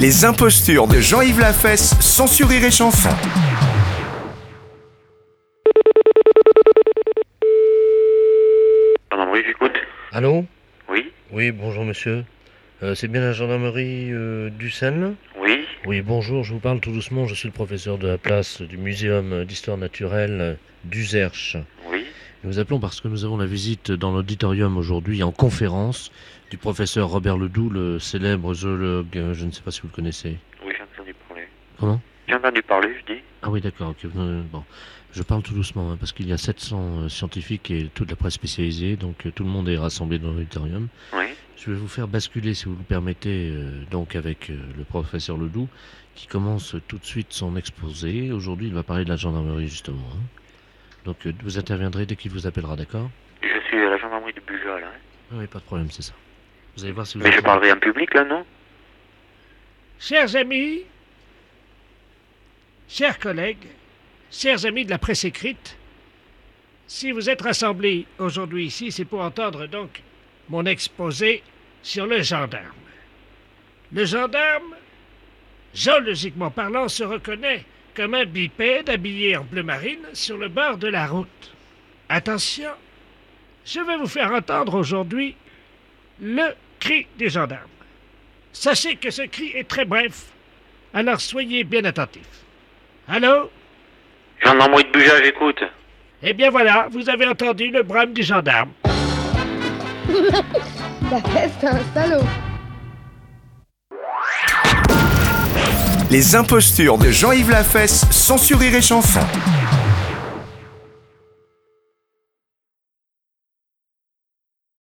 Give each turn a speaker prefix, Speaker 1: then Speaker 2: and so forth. Speaker 1: Les impostures de Jean-Yves Lafesse, sans sourire et chanson.
Speaker 2: Pardon, oui, j'écoute.
Speaker 3: Allô
Speaker 2: Oui,
Speaker 3: Oui, bonjour monsieur. Euh, c'est bien la gendarmerie euh, du Seine
Speaker 2: oui,
Speaker 3: Oui, bonjour, je vous parle tout doucement. Je suis le professeur de la place du Muséum d'histoire naturelle euh, d'Uzerche.
Speaker 2: oui.
Speaker 3: Nous vous appelons parce que nous avons la visite dans l'auditorium aujourd'hui en conférence du professeur Robert Ledoux, le célèbre zoologue. euh, Je ne sais pas si vous le connaissez.
Speaker 2: Oui, j'ai entendu parler.
Speaker 3: Comment
Speaker 2: J'ai entendu parler, je dis.
Speaker 3: Ah oui, d'accord. ok, euh, Bon, je parle tout doucement hein, parce qu'il y a 700 euh, scientifiques et toute la presse spécialisée, donc euh, tout le monde est rassemblé dans l'auditorium.
Speaker 2: Oui,
Speaker 3: Je vais vous faire basculer, si vous le permettez, euh, donc avec euh, le professeur Ledoux, qui commence tout de suite son exposé. Aujourd'hui, il va parler de la gendarmerie, justement. hein. Donc, euh, vous interviendrez dès qu'il vous appellera, d'accord
Speaker 2: je suis à la gendarmerie de Bujal. Hein.
Speaker 3: Oui, oui, pas de problème, c'est ça. Vous allez voir si vous...
Speaker 2: Mais je
Speaker 3: entendez.
Speaker 2: parlerai en public, là, non
Speaker 4: Chers amis, chers collègues, chers amis de la presse écrite, si vous êtes rassemblés aujourd'hui ici, c'est pour entendre donc mon exposé sur le gendarme. Le gendarme, géologiquement parlant, se reconnaît comme un bipède habillé en bleu marine sur le bord de la route. Attention, je vais vous faire entendre aujourd'hui le cri du gendarme. Sachez que ce cri est très bref, alors soyez bien attentifs. Allô
Speaker 2: Gendarmerie de Bujal, j'écoute.
Speaker 4: Eh bien voilà, vous avez entendu le brame du gendarme.
Speaker 5: La peste, un salaud.
Speaker 1: Les impostures de Jean-Yves Lafesse, sans sourire et chanson.